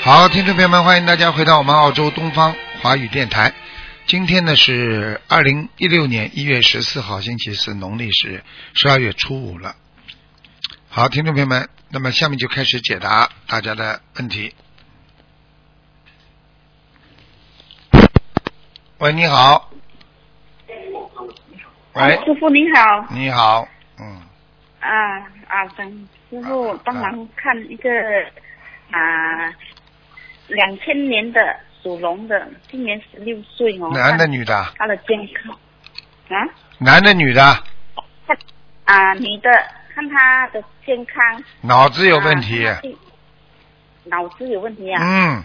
好，听众朋友们，欢迎大家回到我们澳洲东方华语电台。今天呢是二零一六年一月十四号，星期四，农历是十二月初五了。好，听众朋友们，那么下面就开始解答大家的问题。喂，你好。喂，师傅您好，你好，嗯，啊啊，等师傅帮忙看一个啊，两千年的属龙的，今年十六岁哦，男的看女的？他的健康啊男的女的？看啊女的看他的健康脑子有问题。啊脑子有问题啊，嗯，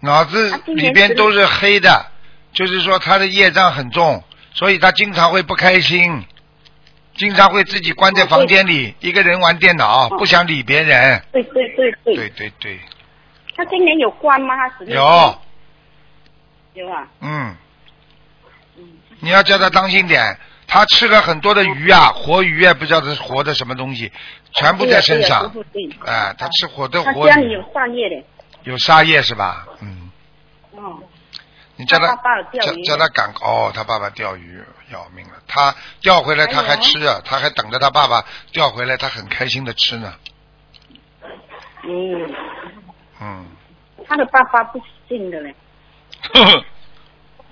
脑子他今里年边是都是黑的，就是说他的业障很重，所以他经常会不开心，经常会自己关在房间里，一个人玩电脑，哦不想理别人。对对对对，对对对，他今年有关吗？他十六有，有啊，嗯，嗯你要叫他当心点。他吃了很多的鱼啊，活鱼啊，不知道是活的什么东西，全部在身上。对啊对啊师傅对哎、他吃活的他活家里鱼有，创业的，有沙叶是吧？嗯，哦，你叫他他爸爸有叫钓鱼叫他赶哦，他爸爸钓鱼要命了，他钓回哎来他还吃啊，他还等着他爸爸钓回来，他很开心的吃呢。嗯，嗯， 他的爸爸不信的嘞。呵呵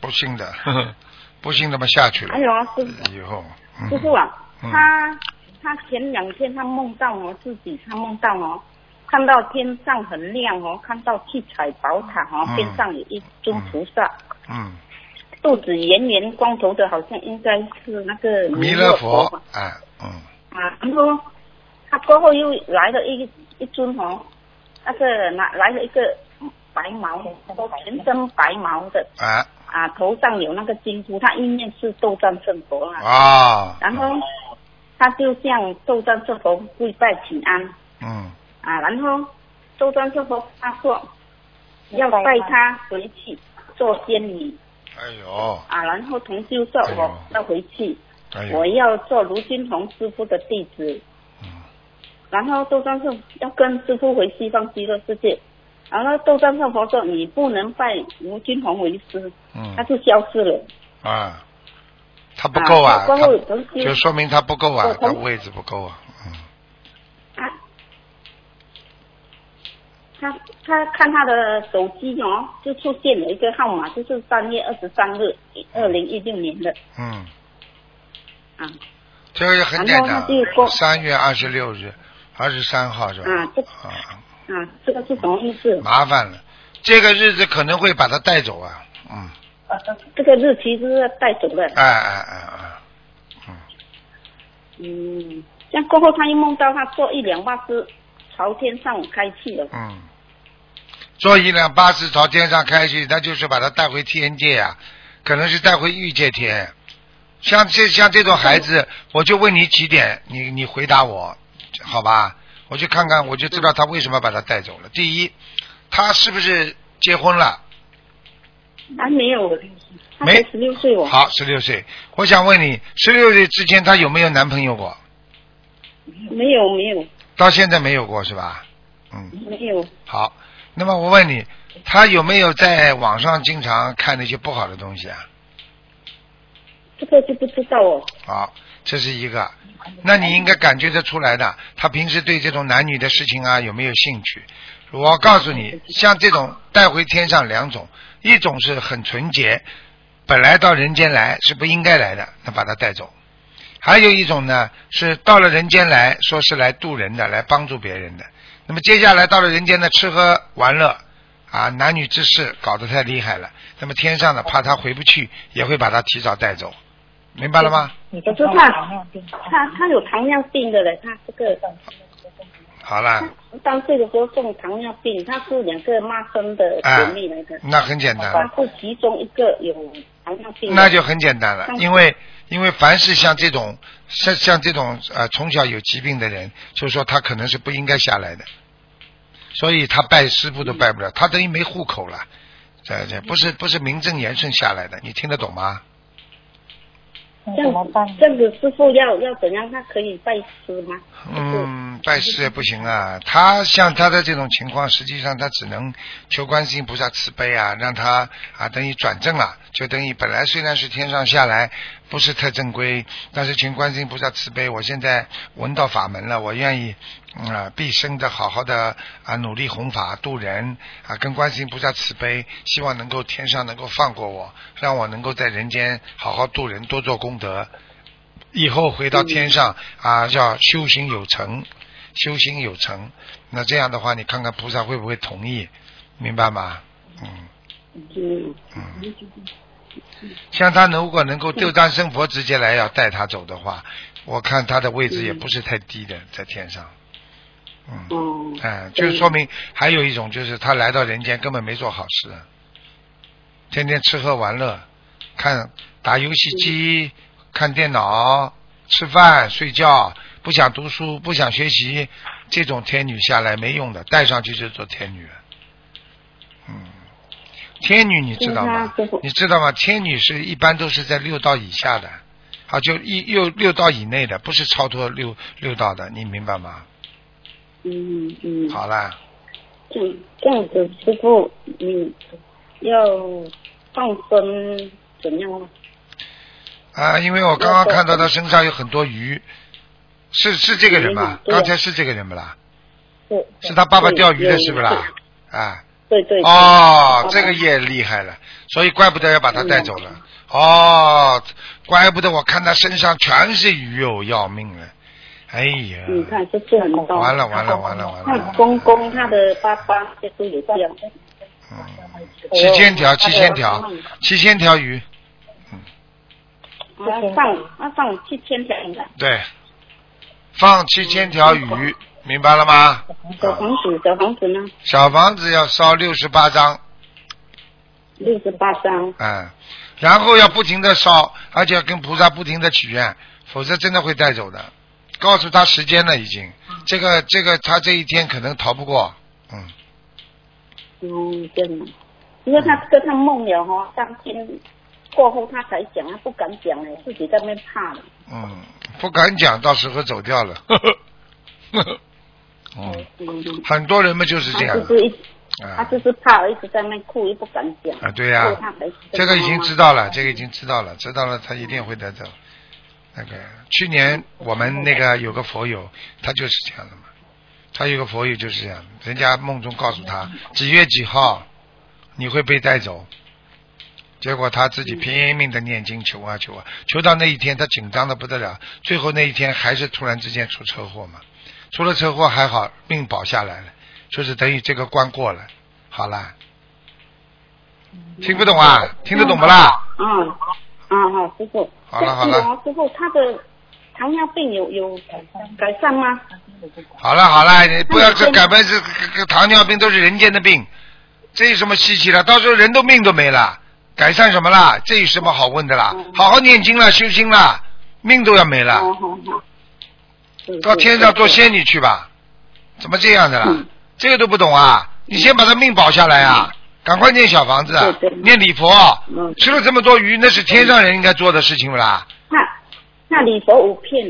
不信的， 呵呵不信他么下去了还，有啊，师傅以后。嗯师傅啊，嗯他他前两天他梦到哦自己，他梦到哦，看到天上很亮哦，看到七彩宝塔哦，嗯边上有一尊菩萨，嗯，肚子圆圆光头的，好像应该是那个弥勒勒佛吧，哎，嗯，啊。然后他过后又来了一一尊哦，那个拿来了一个白毛的，全身白毛的哎，啊，头上有那个金箍，他意念是斗战胜佛啊。啊，然后他就向斗战胜佛跪拜请安嗯，啊，然后斗战胜佛他说要带他回去做仙女哎呦，啊，然后同修说哎呦我要回去，哎我呦，要做卢金红师傅的弟子，嗯然后斗战胜要跟师傅回西方极乐世界。然后斗战胜佛说：“你不能拜卢金红为师，他嗯，就消失了。啊，他不够啊，过他后同修就说明他不够啊我，他同位置不够啊，嗯。他他他看他的手机哦，就出现了一个号码，就是三月二十三日，二零一六年的嗯，啊这个也很简然单后他就说，三月二十六日、二十三号是吧？啊这啊，啊，这个是什么意思？麻烦了，这个日子可能会把他带走啊。嗯，这个日期是带走的。哎哎哎哎，嗯，这样过后他又梦到他坐一辆巴士朝天上开去了。嗯，坐一辆巴士朝天上开去，那就是把他带回天界啊，可能是带回欲界天。像这像这种孩子，我就问你几点，你你回答我，好吧？我去看看，我就知道他为什么把他带走了。第一，他是不是结婚了？还没有，他没才十六岁哦。好，十六岁，我想问你，十六岁之前她有没有男朋友过？没有没有到现在没有过是吧？嗯，没有，好。那么我问你，她有没有在网上经常看那些不好的东西啊？这个就不知道哦。好，啊这是一个。那你应该感觉得出来的，她平时对这种男女的事情啊有没有兴趣？我告诉你，像这种带回天上两种，一种是很纯洁，本来到人间来是不应该来的，那把他带走；还有一种呢是到了人间来说是来渡人的，来帮助别人的。那么接下来到了人间呢，吃喝玩乐啊，男女之事搞得太厉害了。那么天上呢，怕他回不去，也会把他提早带走，明白了吗？可是他他他有糖尿病的嘞，他这个。好啦。十三岁的时候中糖尿病，她是两个妈生的姐妹来的，那很简单她、是其中一个有糖尿病的。那就很简单了，嗯因为因为凡是像这种像像这种呃从小有疾病的人，就是说他可能是不应该下来的，所以他拜师傅都拜不了，他等于没户口了，这这不是不是名正言顺下来的，你听得懂吗？这样子这样子师傅要要怎样？她可以拜师吗？嗯，拜师不行啊，他像他的这种情况，实际上他只能求观世音菩萨慈悲啊，让他啊等于转正了，就等于本来虽然是天上下来不是特正规，但是请观世音菩萨慈悲，我现在闻到法门了，我愿意嗯啊、毕生的好好的啊努力弘法度人啊，跟观世音菩萨慈悲，希望能够天上能够放过我，让我能够在人间好好度人，多做功德。以后回到天上啊，叫修行有成，修行有成。那这样的话，你看看菩萨会不会同意，明白吗？嗯，嗯像他如果能够丢单身佛直接来要带他走的话，我看他的位置也嗯不是太低的，在天上。嗯，嗯哎，就是说明还有一种就是他来到人间根本没做好事，天天吃喝玩乐，看打游戏机、看电脑、吃饭、睡觉，不想读书、不想学习，这种天女下来没用的，带上去就做天女。嗯，天女你知道吗就是她最后？你知道吗？天女是一般都是在六道以下的，啊，就一六六道以内的，不是超脱六六道的，你明白吗？嗯嗯，好啦，这这样子，师傅，你要放生怎样？啊，因为我刚刚看到他身上有很多鱼，是是这个人吧？对刚才是这个人不啦？是是他爸爸钓鱼的是不啦？？啊，对对。对哦，对这个也厉害了，所以怪不得要把他带走了嗯。哦，怪不得我看他身上全是鱼哦，要命了！哎呀，你看，这是很多。完了完了完了完了！他公公他的爸爸这都有这样，嗯七千条，七千条他的，七千条鱼，他放他放七千条的对，放七千条鱼，明白了吗？嗯啊小房子，小房子呢小房子要烧六十八张，六十八张，嗯，然后要不停的烧，而且要跟菩萨不停的许愿，否则真的会带走的。告诉他时间了已经，这个这个他这一天可能逃不过，嗯，嗯，这样。因为他跟他梦了哈，当天过后他才讲，他不敢讲了，自己在那边怕了。嗯，不敢讲，到时候走掉了。呵呵呵呵嗯，嗯，很多人嘛就是这他样就的是一，他啊就是怕，一直在那哭，又不敢讲。啊，对呀、后他才这个已经知道了，这个已经知道了，知道了，他一定会得走。那个去年我们那个有个佛友，他就是这样的嘛，他有个佛友就是这样，人家梦中告诉他几月几号你会被带走，结果他自己拼命的念经求啊求啊，求到那一天他紧张的不得了，最后那一天还是突然之间出车祸嘛，出了车祸还好命保下来了，就是等于这个关过了，好啦，听不懂啊？听得懂不啦？嗯，啊好，师傅。好了好了这个哦师傅，他的糖尿病有有改善吗？好了好了，嗯你不要这改变这这糖尿病都是人间的病，这有什么稀奇的？到时候人都命都没了，改善什么啦？这有什么好问的啦嗯？好好念经啦，修心啦，命都要没哦，了，好好。是到天上做。是仙女啊去吧？怎么这样的啦嗯？这个都不懂啊？你先把他命保下来啊！赶快念小房子啊对对，念礼佛嗯，吃了这么多鱼，那是天上人应该做的事情不啦？是那那礼佛五片，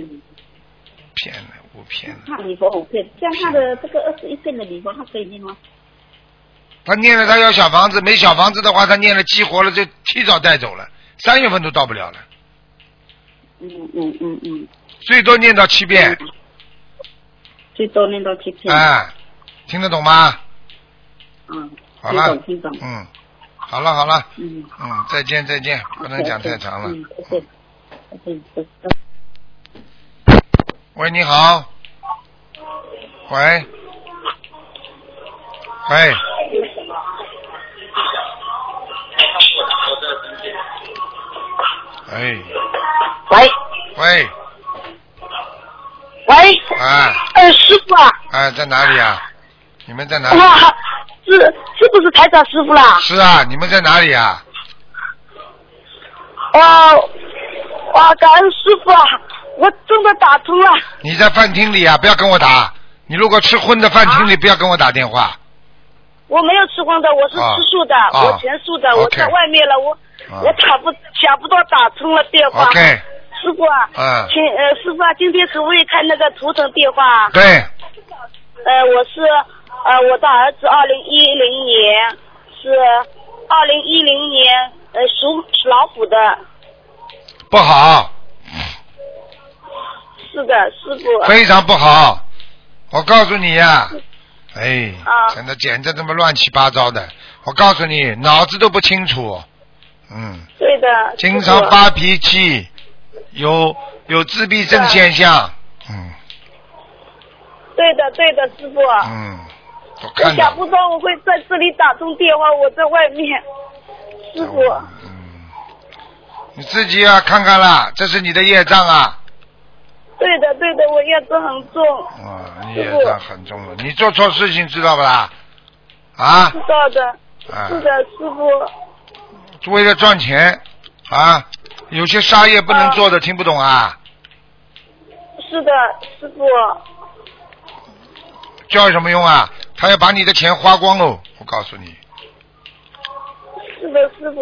骗了，我骗了。那礼佛五片，像他的这个二十一片的礼佛，他可以念吗？他念了，他要小房子，没小房子的话，他念了激活了，就提早带走了，三月份都到不了了，嗯嗯嗯嗯，最多念到七遍，最多念到七片。哎、听得懂吗？嗯，好了听懂听懂。嗯，好了好了，嗯，嗯，再见再见，不能讲太长了。嗯，谢谢，谢谢。喂，你好，喂，喂，哎，喂喂，喂，啊，呃，师傅啊，哎，在哪里啊？你们在哪里？哇，是是不是台长师傅啦？是啊，你们在哪里啊？哇哇，感恩师傅啊，我真的打通了。你在饭厅里啊，不要跟我打。你如果吃荤的饭厅里，不要跟我打电话。我没有吃荤的，我是啊吃素的，啊我全素的 OK 我在外面了，我、啊我打不想不到打通了电话。 OK，师傅啊，嗯请呃师傅啊，今天可不可以看那个图腾电话？对，呃，我是呃我的儿子，二零一零年是二零一零年呃属老虎的，不好，是的，师 傅。非常不好。我告诉你呀、哎，嗯啊真的简直他妈乱七八糟的。我告诉你，脑子都不清楚，嗯，对的。经师常傅发脾气，有有自闭症现象，啊嗯对的，对的，师傅。嗯，我我看想到不通我会在这里打通电话，我在外面。师傅，嗯，你自己啊看看啦，这是你的业障啊，对的，对的，我压力很重，啊，你业障很重了，你做错事情知道不啦？啊知道的。啊是，的，师傅。为了赚钱啊，有些杀业不能做的，听不懂啊？是的，师傅。叫有什么用啊？他要把你的钱花光喽，我告诉你，是的，师傅，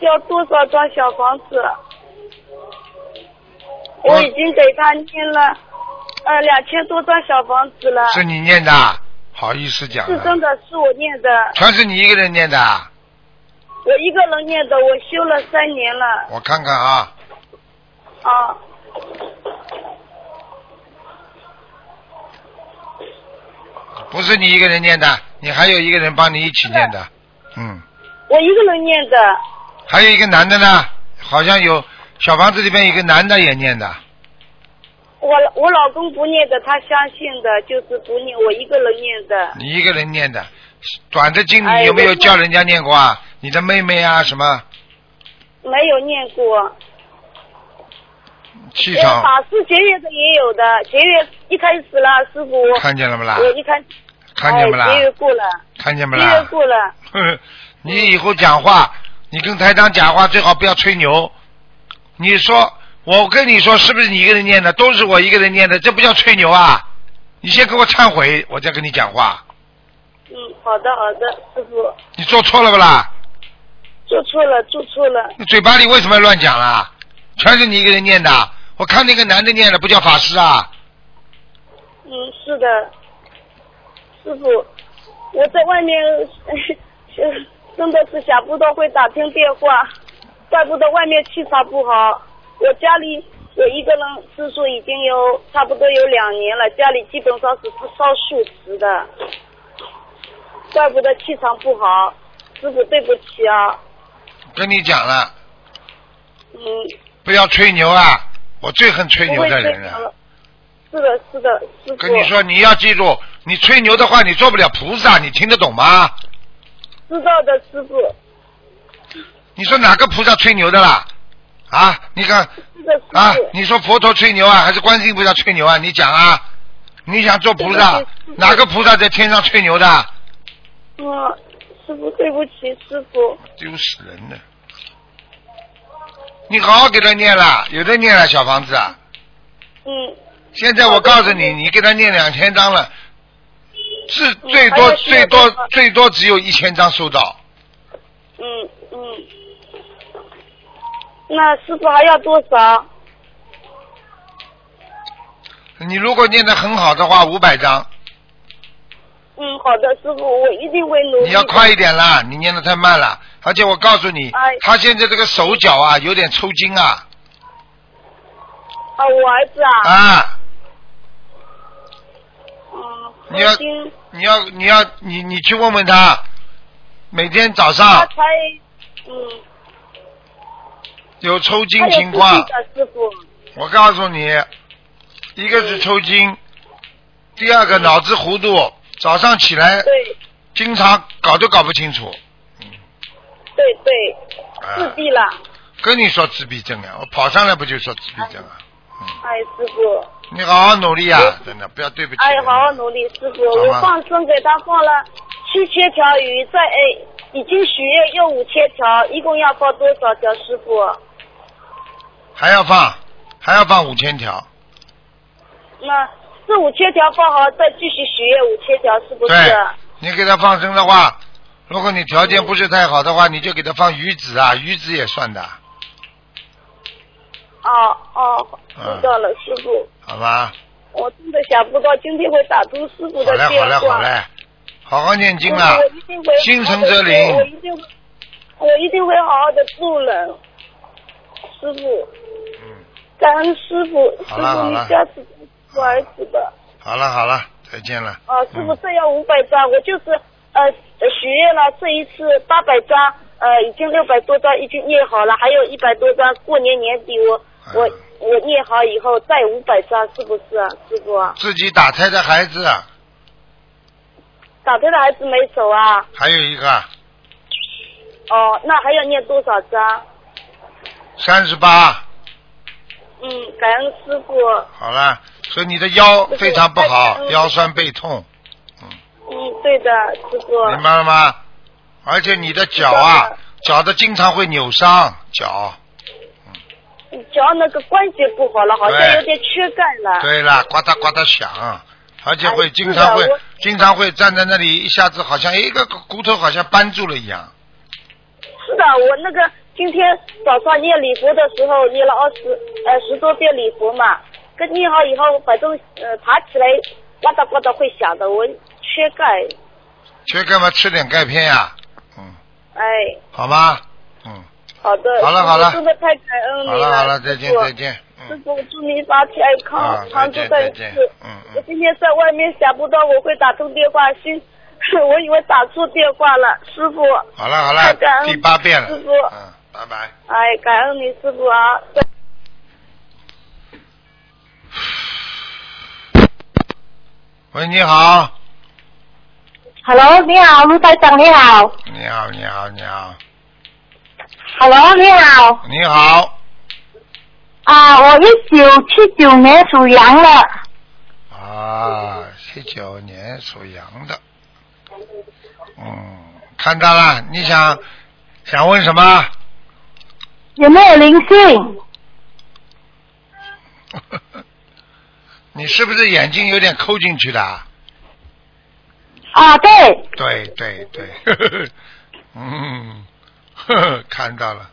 要多少张小房子？我我已经给他念了，呃，两千多张小房子了。是你念的啊，好意思讲是真的，的，是我念的，全是你一个人念的啊，我一个人念的，我修了三年了我看看啊，啊。不是你一个人念的，你还有一个人帮你一起念的，嗯，我一个人念的，还有一个男的呢，好像有小房子里边有一个男的也念的，我我老公不念的，他相信的，就是不念，我一个人念的。你一个人念的，短的经哎你有没有我叫人家念过啊？你的妹妹啊，什么没有念过，气呃场，法师节约的也有的，节约一开始啦，师傅，我看见了不啦？一开始看见不啦哎、节？约过了，看见不节啦？约过了，哼， 你以后讲话，你跟台长讲话最好不要吹牛。你说，我跟你说，是不是你一个人念的？都是我一个人念的，这不叫吹牛啊！你先给我忏悔，我再跟你讲话。嗯，好的好的，师傅，你做错了不啦？做错了做错了，你嘴巴里为什么要乱讲啦？全是你一个人念的。啊我看那个男的念的不叫法师啊，嗯，是的，师傅，我在外面，是真的是想不到会打听电话，怪不得外面气场不好，我家里。我一个人吃素已经有差不多有两年了，家里基本上是不烧素食的，怪不得气场不好。师傅对不起啊，跟你讲了，嗯，不要吹牛啊！我最恨吹不牛会的对人了。是的，是的，师傅。跟你说，你要记住，你吹牛的话，你做不了菩萨，你听得懂吗？知道的，师傅，你说哪个菩萨吹牛的啦？啊，你看是的，师傅。啊，你说佛陀吹牛啊，还是观世音菩萨吹牛啊？你讲啊，你想做菩萨对对对，哪个菩萨在天上吹牛的？嗯，师傅，对不起，师傅。丢死人了！你好好给他念啦，有的念了小房子啊。嗯，现在我告诉你，你给他念两千张了，至最多嗯还最有需要多多少最多只有一千张收到，嗯，嗯。那师傅还要多少？你如果念得很好的话，五百张。嗯，好的，师傅，我一定会努力。你要快一。点啦，你念的太慢了。而且我告诉你哎，他现在这个手脚啊有点抽筋啊啊，我儿子啊。。啊！嗯，你要父亲你要你要你你去问问他，每天早他上才，嗯，有抽筋他有情自况闭，的师傅。我告诉你，一个是抽筋，第二个脑子糊涂，早上起来对经常搞都搞不清楚。对对，自啊，闭了。跟你说自闭症啊，我跑上来不就说自闭症啊？哎，师傅。你好好努力啊，真的不要对不起哎人。，啊好好努力，师傅，好我吗放生给他放了七千条鱼，在哎已经许愿要五千条，一共要放多少条？师傅，还要放，还要放五千条。那这五千条放好，再继续许愿五千条，是不是？对，你给他放生的话，如果你条件不是太好的话，你就给他放鱼子啊，鱼子也算的，哦哦，嗯哦知道了，师傅。好吧？我真的想不到今天会打通师傅好的嘞，电好嘞，话。好嘞，好好念经啦我一定会，心诚则我灵。一定，我一定会好好的做人，师傅。嗯，感恩师傅，师好了傅好你了下次做儿子吧。好了好了，再见了。啊，师傅嗯这要五百张，我就是呃许愿了，这一次八百张，呃已经六百多张已经念好了，还有一百多张，过年年底我我嗯我念好以后再五百张，是不是啊，师傅啊？自己打胎的孩子，啊打胎的孩子没走啊？还有一个哦，那还要念多少张？三十八，嗯，感恩师傅。好了，所以你的腰非常不好，腰酸背痛，嗯，对的，师傅。明白了吗？而且你的脚知道啊了，脚的经常会扭伤，脚。脚那个关节不好了，好像对有点缺钙了。哎对了，呱嗒呱嗒响，而且会啊哎经常会是的我经常会站在那里，一下子好像一个骨头好像扳住了一样。是的，我那个今天早上念礼佛的时候念了二十呃十多遍礼佛嘛，跟念好以后，反正呃爬起来呱嗒呱嗒会响的，我缺钙，缺钙嘛，吃点钙片呀、嗯，哎，好吗？嗯，好的，好了师傅好了真的太感恩你好了好了，再嗯师见傅再见，师嗯，傅，祝您法体安啊再康，长见治再在见世，。嗯我嗯，今天在外面想不到我会打通电话，心 我以为打错电话了，师傅，好了好了太感，恩第八遍了，师傅嗯，拜拜。哎，感恩你师傅啊。喂，你好， Hello，你好，卢台长，你好。你好你好你好 Hello，你好。你好，啊，我一九七九年属羊的。啊，七九年属羊的，嗯，看到了，你想想问什么？有没有灵性？ 你是不是眼睛有点抠进去的啊？啊，对，对对对，呵呵 嗯，呵呵，看到了，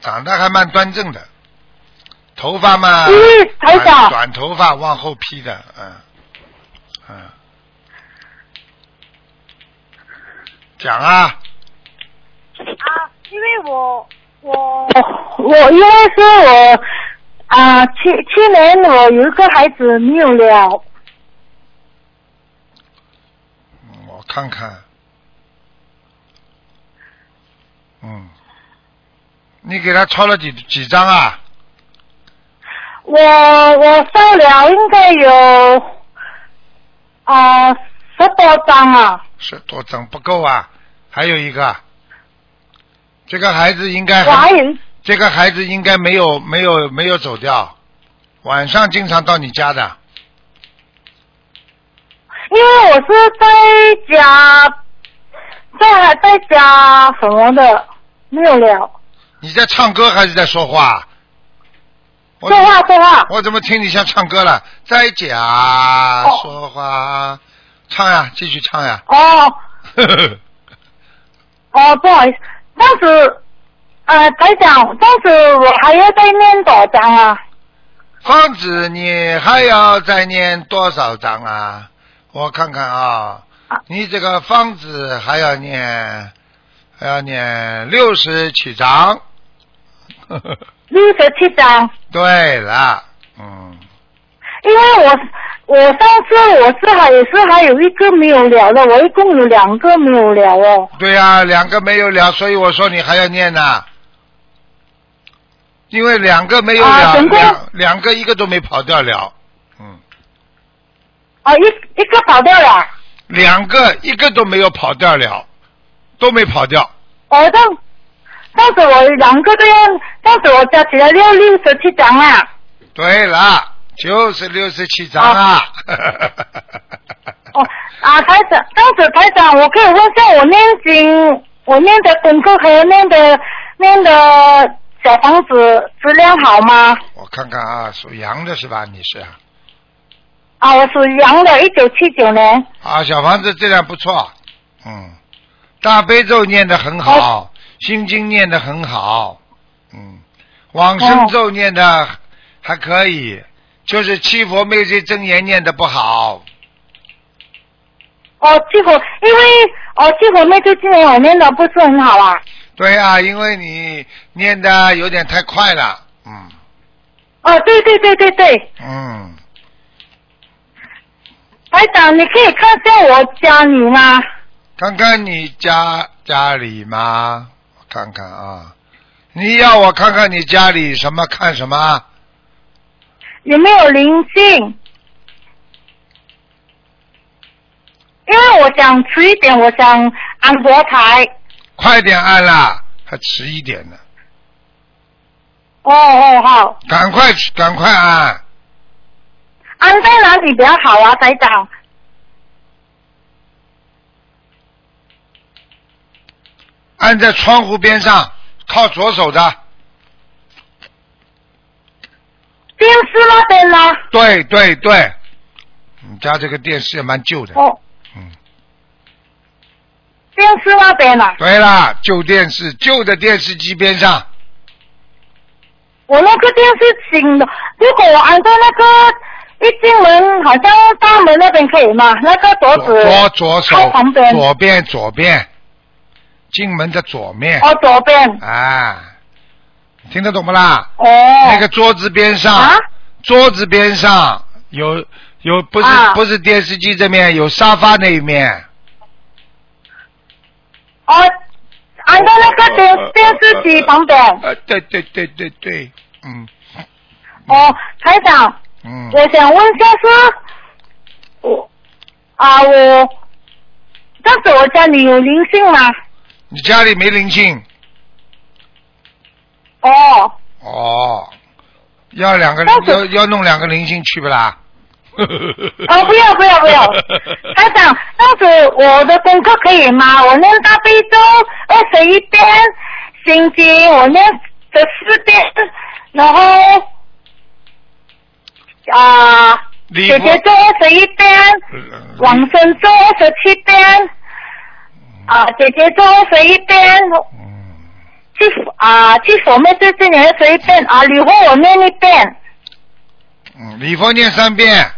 长得还蛮端正的，头发嘛，嗯台长短短头发往后披的，嗯嗯，讲啊，啊，因为我我我我因为是我啊，去去年我有一个孩子没有了，嗯我看看，嗯，你给他抄了几几张啊？我我烧了应该有啊十多张啊。是多张不够啊，还有一个，这个孩子应该我还很，有一这个孩子应该没有没有没有走掉，晚上经常到你家的，因为我是在家，在在家什么的没有了。你在唱歌还是在说话？我说话说话，我怎么听你像唱歌了？在家、哦说话，唱呀，继续唱呀。 哦呵呵呵哦，不好意思，当时呃，台长，当时我还要再念多张啊？方子，你还要再念多少章啊？我看看啊啊，你这个方子还要念，还要念六十七章。 六十七张，对了，嗯，因为我我上次我是还也是还有一个没有聊的，我一共有两个没有聊哦。对呀、两个没有了，所以我说你还要念呢、因为两个没有了，啊总共两两个一个都没跑掉了，嗯，哦，一一个跑掉了，两个一个都没有跑掉了，都没跑掉，哦，当当时我两个都要，当时我加起来要六十七张啊。对了，就是六十七章啊。 哦啊，台长，当时台长，我可以问一下，我念经，我念的功课和念的念的小房子质量好吗？我看看啊，属羊的是吧？你是啊啊，我属羊的，一九七九年。啊，小房子质量不错，嗯，大悲咒念得很哦好，心经念得很好，嗯，往生咒念的还可以，就是七佛灭罪真言念的不好，哦，结果因为哦，结果那就今年我念的不是很好啊。对啊，因为你念的有点太快了，嗯哦，对对对对对，嗯，台长，你可以看一下我家里吗？看看你家家里吗？我看看啊，你要我看看你家里什么看什么？有没有灵性？因为我想迟一点，我想安佛台。快点按啦，还迟一点呢，哦哦好，赶快赶快按。安在哪里比较好啊，台长？按在窗户边上，靠左手的。电视那边呢？对对对，你家这个电视也蛮旧的。哦，嗯，电视那边啊呢、对啦，旧电视，旧的电视机边上。我那个电视新的，如果我安在那个一进门，好像大门那边可以吗？那个桌左子。左左手靠旁边，左边左边，进门的左面。哦，左边。啊，听得懂不啦？哦。那个桌子边上，啊？桌子边上有有不是、啊不是电视机这面，有沙发那一面。哦，安在那个呃电、电视机旁边。啊，对对对对对，嗯哦，台长，嗯。我想问一下是，我啊我，但是我家里有灵性吗？你家里没灵性哦，哦，要两个但是要要弄两个灵性去不啦？哦，不要不要 不哎要，台长，那子我的功课可以吗？我念大悲咒二十一遍，心经我念十四遍，然后啊，礼姐佛姐咒二十一遍，呃往生咒二十七遍，啊，姐姐咒二十一遍，嗯，去啊去佛妹最近念二十一遍啊，礼佛我念一遍，嗯礼佛念三遍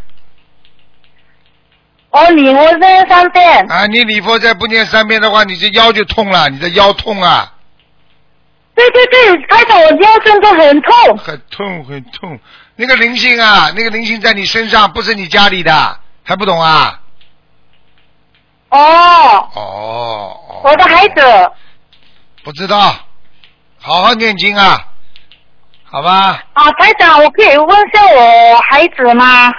哦，礼佛念三遍，啊！你礼佛再不念三遍的话，你这腰就痛了，你的腰痛啊，对对对，开始我腰真的很痛。很痛很痛。那个灵性啊，那个灵性在你身上，不是你家里的，还不懂啊？哦，哦，哦我的孩子，不知道，好好念经啊，好吧？啊，台长，我可以问一下我孩子吗？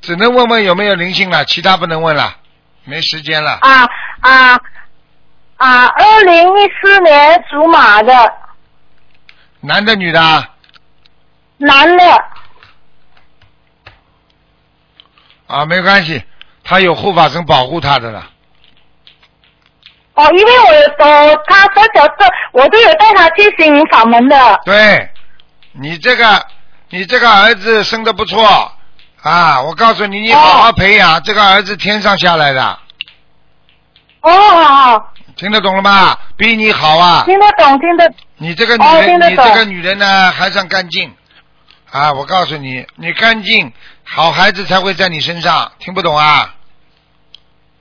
只能问问有没有灵性了，其他不能问了，没时间了。啊啊啊！二零一四年属马的男的女的啊男的，啊，没关系，他有护法神保护他的了。哦，因为我有我他小小时候我都有带他去心灵法门的，对，你这个你这个儿子生的不错啊，我告诉你，你好好培养，这个儿子天上下来的，哦，好好，听得懂了吗？比你好啊！听得懂，听得，你这个女哦人，听得你懂这个女人呢，还算干净啊！我告诉你，你干净，好孩子才会在你身上。听不懂啊？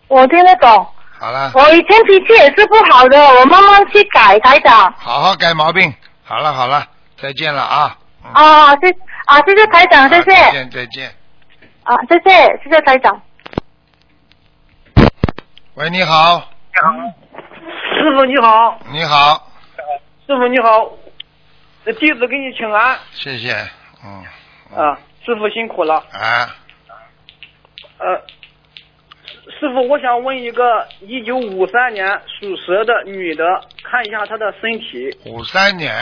我听得懂。好了，我以前脾气也是不好的，我慢慢去改，台长。好好改毛病。好了好了，再见了啊！嗯啊，谢啊，谢谢台长，谢谢再见再见。啊，谢谢谢谢台长。喂，你好，师傅你好，你好，师傅你好，呃弟子给你请安谢谢，嗯，啊，师傅辛苦了。啊，呃，师师傅，我想问一个一九五三年属蛇的女的，看一下她的身体五三年，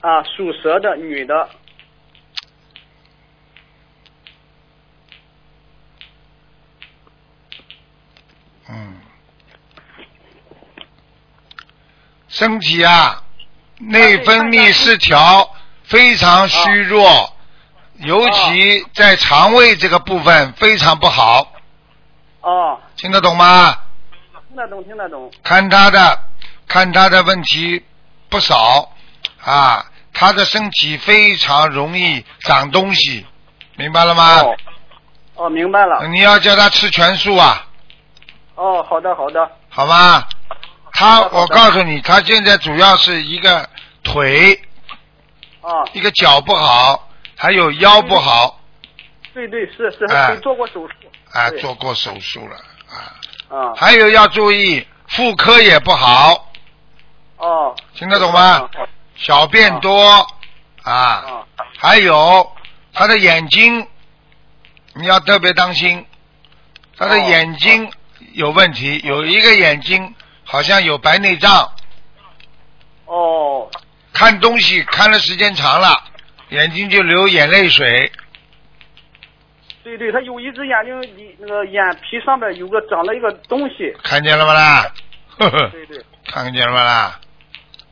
啊，属蛇的女的，嗯，身体啊，内分泌失调，非常虚弱，尤其在肠胃这个部分非常不好，哦，听得懂吗？听得懂，听得懂，看他的，看他的问题不少啊，他的身体非常容易长东西，嗯明白了吗？哦，哦，明白了。你要叫他吃全素啊，哦，好的，好的。好吗？他，好的好的我告诉你，他现在主要是一个腿、啊，一个脚不好，还有腰不好对对，是是，哎还做过手术。啊，嗯对做过手术了啊，啊，还有要注意妇科也不好，哦。听得懂吗？嗯？小便多啊，啊，还有他的眼睛，你要特别当心，他的哦眼睛有问题，有一个眼睛好像有白内障，哦，看东西看了时间长了，眼睛就流眼泪水，对对，他有一只眼睛里那个眼皮上面有个长了一个东西。看见了吗啦？呵呵，对对，看见了吗啦？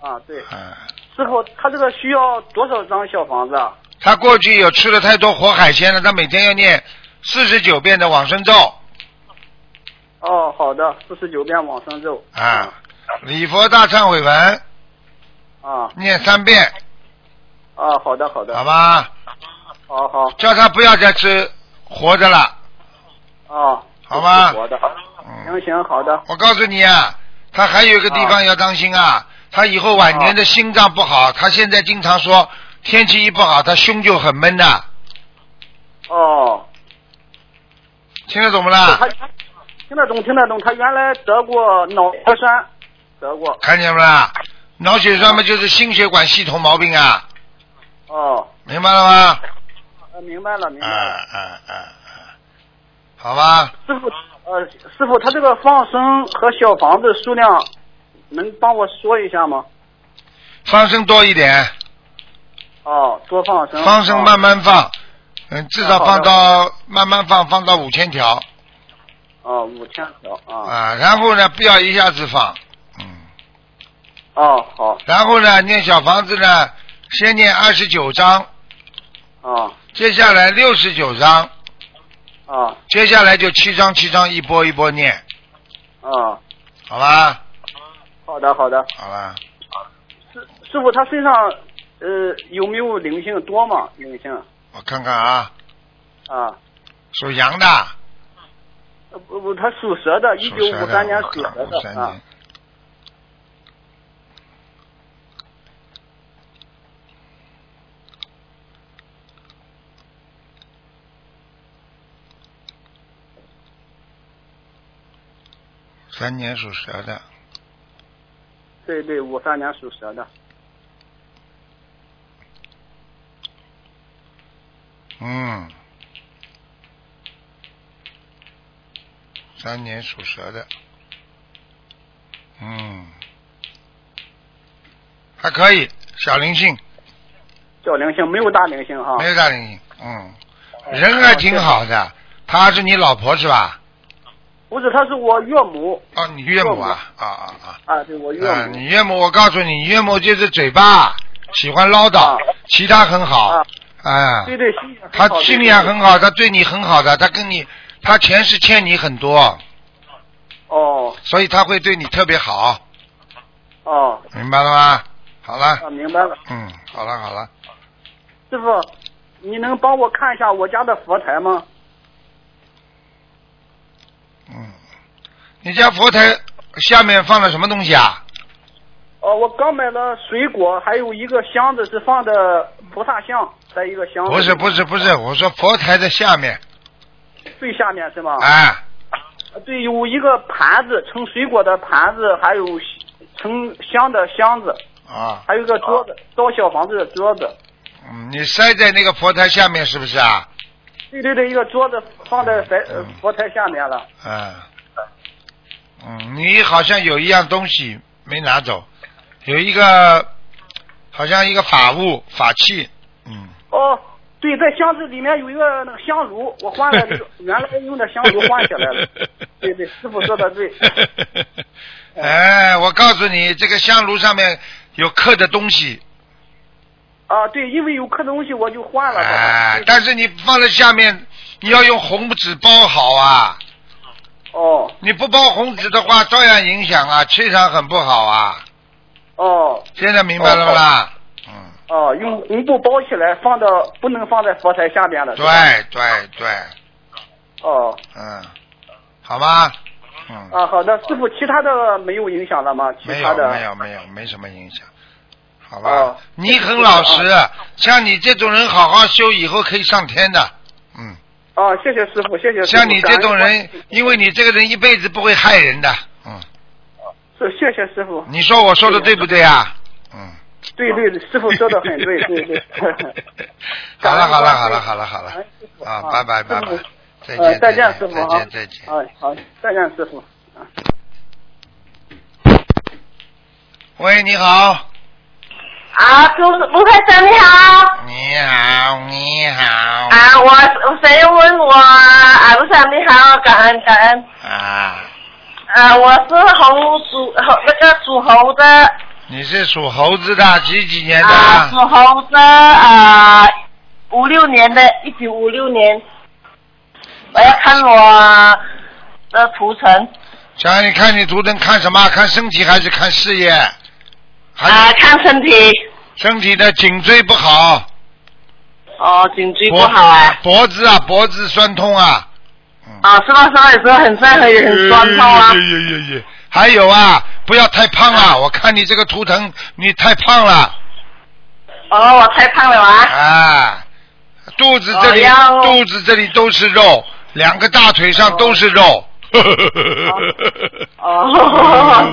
啊对。啊，师傅，他这个需要多少张小房子啊？他过去有吃了太多活海鲜了，他每天要念四十九遍的往生咒哦，好的，四十九遍往生咒。啊，礼佛大忏悔文啊念三遍，啊，好的好的，好吧？好好叫他不要再吃活的了。啊，好吧我的，嗯，行行好的，我告诉你啊，他还有一个地方要当心啊，他以后晚年的心脏不好，他现在经常说天气一不好，他胸就很闷的，哦，听得懂不啦？他听得懂听得懂，他原来得过脑血栓，得过，看见不啦？脑血栓嘛就是心血管系统毛病啊，哦，明白了吗？呃明白了明啊白了，啊啊啊！好吧，师傅，呃，师傅，他这个放生和小房子数量，能帮我说一下吗？放生多一点，哦，多放生，放生慢慢放，嗯，至少好的放到慢慢放，放到五千条哦，哦，五千条啊，啊。然后呢，不要一下子放，嗯。哦好，然后呢，念小房子呢，先念二十九章，啊接下来六十九章，啊接下来就七章七章一波一波念，啊，好吧？好的好的。好吧。师师傅，他身上呃有没有灵性多吗？灵性我看看啊，啊，属羊的，呃不不，他属蛇的，一属九蛇五三年的，属蛇五三的啊年。。三年属蛇的，对对，五三年属蛇的。嗯，三年属蛇的，嗯，还可以，小灵性，小灵性没有大灵性哈、哎没有大灵性，嗯，人还挺好的。她是你老婆是吧？不是，他是我岳母哦，你岳母啊，啊啊啊！啊，对我岳啊，母你岳母，我告诉你，你岳母就是嘴巴喜欢唠叨啊，其他很好啊，啊，对对，心眼她很好心对里对也很好，她对你很好的，她跟你，她前世欠你很多，哦所以她会对你特别好，哦明白了吗？好了，啊，明白了，嗯，好了好了，师傅，你能帮我看一下我家的佛台吗？嗯，你家佛台下面放了什么东西啊？哦，我刚买了水果，还有一个箱子是放的菩萨像，在一个箱子不是不是不是，我说佛台的下面，最下面是吗？啊哎，对，有一个盘子盛水果的盘子，还有盛香的箱子，啊，还有个桌子，烧小房子的桌子。嗯，你塞在那个佛台下面是不是啊？对对对，一个桌子放在佛呃嗯佛台下面了。嗯，嗯，你好像有一样东西没拿走，有一个好像一个法物法器，嗯，哦，对，在箱子里面有一个那个香炉，我换了 那个原来用的香炉换起来了。对对，师傅说的 对。哎，我告诉你，这个香炉上面有刻的东西，啊，对，因为有刻的东西我就换了。哎对，但是你放在下面，你要用红纸包好啊，哦你不包红纸的话，照样影响啊，气场很不好啊。哦现在明白了吗啦？嗯，哦、用红布包起来，放到不能放在佛台下边了。是对吧对对，哦，嗯，好吗？嗯，啊，好的，师傅，其他的没有影响了吗？其没他有的没有没有，没什么影响，好吧？哦你很老实，像你这种人好好修，以后可以上天的。嗯，啊，谢谢师傅，谢谢师傅。像你这种感恩人，因为你这个人一辈子不会害人的。嗯，是谢谢师傅，你说我说的对不对啊？嗯，对对，师傅说的很对，对对。 好了好了好感了恩好了好了感恩师傅啊，拜拜拜拜师，再傅呃见再见师见傅再啊见再见。哎，好，再见师傅。喂，你好，啊，卢卢太生你好。啊你好你好啊，我谁问我啊？卢太生你好，感恩感恩。啊，啊，我是猴属猴那个属猴的你是属猴子的，几几年的？啊，属猴的啊，五六年的，一九五六年。我要看我的图腾想让你看你图腾看什么？看身体还是看事业？还啊是，看身体。身体的颈椎不好，哦，颈椎不脖好啊。脖子啊，脖子酸痛啊，啊，是吧？是吧？有时候很酸，很很嗯酸痛啊耶。耶耶耶耶还有啊，不要太胖啊！我看你这个图腾，你太胖了哦，我太胖了啊。啊！肚子这里，哎呀肚子这里都是肉，两个大腿上都是肉。哦，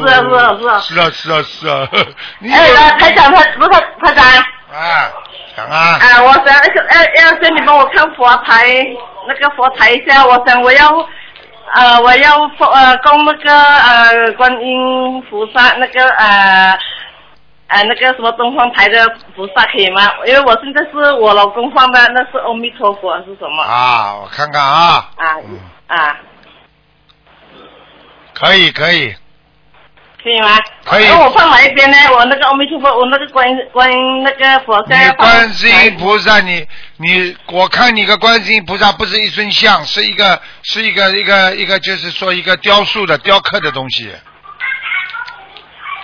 是啊，是啊，是是啊。啊是啊是啊， 你哎，有呃台长，台不是台长，啊，讲啊，啊，我想要要叫你帮我看佛台那个佛台一下，我想我要呃我要放呃供那个呃观音菩萨那个呃呃那个什么东方台的菩萨可以吗？因为我现在是我老公放的，那是阿弥陀佛是什么？啊，我看看啊，啊嗯啊，可以可以，可以吗？可以那我放哪一边呢？我那个阿弥陀佛，我那个观音观音那个佛像你要放观世哪一音菩萨，你你，我看你个观世音菩萨不是一尊像，是一个是一个一个一个，就是说一个雕塑的雕刻的东西，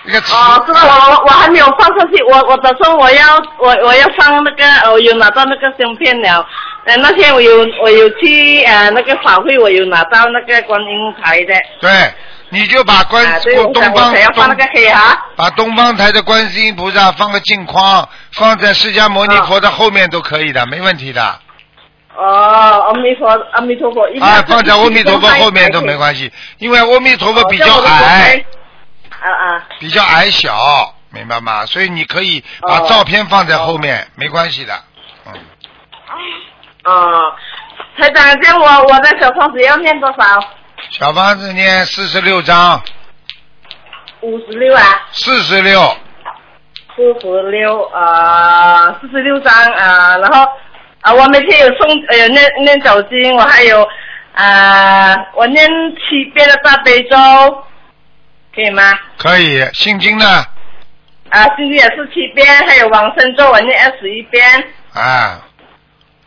一个瓷哦，是的，我我我还没有放上去，我我打算我要我我要放那个，呃我有拿到那个芯片了。呃，那天我有我有去呃那个法会，我有拿到那个观音台的。对，你就把观、啊，对，我哎东想我方想要放那东个黑啊。把东方台的观世音菩萨放个镜框，放在释迦牟尼佛的后面都可以的，没问题的。哦，阿弥陀阿弥陀佛，一定要啊，放在阿弥陀佛放哦在后面都没关系，因为阿弥陀佛比较矮。。啊啊比较矮小，明白吗？所以你可以把哦照片放在后面，没关系的。嗯，哦，台长，这样我我的小房子要念多少？小房子念四十六章，五十六啊，四十六，四十六啊，四十六张啊，然后啊，我每天有送呃念念走经，我还有啊，我念七遍的大悲咒，可以吗？可以。心经呢？啊，心经也是七遍，还有往生咒我念二十一遍，啊，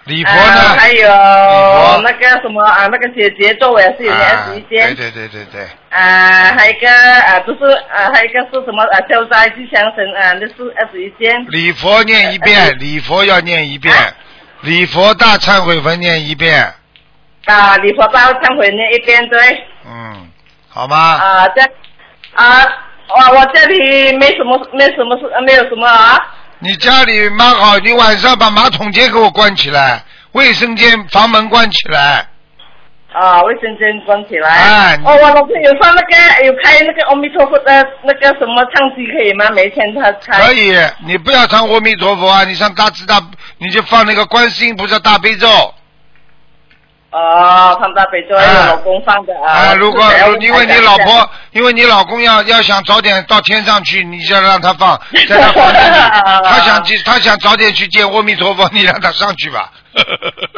礼佛啊呢？还有佛那个什么啊，那个解结咒我也是有念二啊，十一对遍，对对对对，啊，还有一个啊，就是啊，还有一个是什么啊，消灾吉祥神啊，那是二十一遍。礼佛念一嗯遍，礼佛要念一遍，礼佛大忏悔文念一遍，啊，礼佛大忏悔念一遍，对。嗯，好吗？啊，家啊，我我这里没什么，没什么事，没有什么啊。你家里蛮好，你晚上把马桶间给我关起来，卫生间房门关起来。啊，卫生间关起来。哎哦，我老公有放那个，有开那个阿弥陀佛的那个什么唱机，可以吗？每天他开。可以，你不要唱阿弥陀佛啊，你唱大慈大，你就放那个观世音菩萨大悲咒哦，放大悲咒，哎我老公放的啊。如果是的如因为你老，婆，因为你老公要要想早点到天上去，你就让他 放，在他房间啊里，他想去，他想早点去见阿弥陀佛，你让他上去吧。 我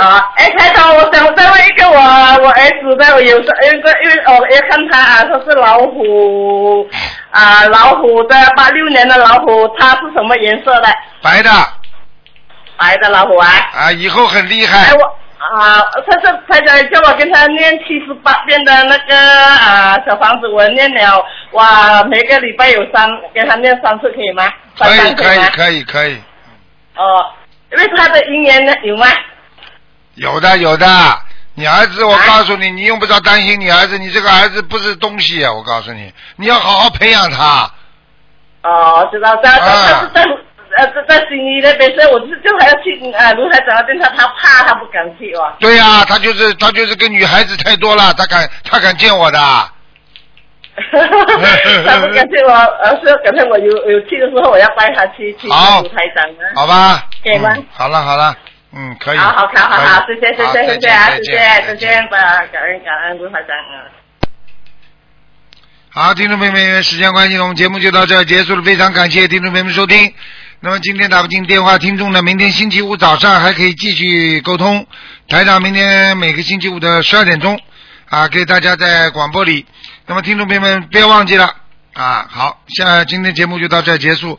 啊，哎，台长，我想再问一个我我儿子的，我有时因为因为我要看他啊，他是老虎啊，老虎的八六年的老虎，它是什么颜色的？白的白的老虎啊！啊，以后很厉哎害，我啊，他是他讲叫我跟他念七十八遍的那个啊小房子，我念了哇，每个礼拜有三，给他念三次可以吗？可以三张可以吗？可以可以，哦，因为他的姻缘呢有吗？有的有的，你儿子，啊我告诉你，你用不着担心你儿子，你这个儿子不是东西啊！我告诉你，你要好好培养他。哦，知道，他他他是在呃在在悉尼那边，所以我就就还要去呃卢台长那边，他他怕他不敢去哦。对呀、他就是他就是跟女孩子太多了，他敢他敢见我的。嗯他不敢去我，呃，是改天我有有去的时候，我要带他去去好卢台长啊。好吧，可以吗嗯好了好了，嗯，可以。好好好好好，可谢以谢谢好谢再谢谢见啊，再谢谢见再见吧，感恩感恩卢台长啊。好，听众朋友们，因为时间关系呢，我们节目就到这儿结束了。非常感谢听众朋友们收听。那么今天打不进电话，听众呢，明天星期五早上还可以继续沟通。台长明天每个星期五的十二点钟啊，给大家在广播里。那么听众朋友们，别忘记了啊。好，下今天节目就到这儿结束。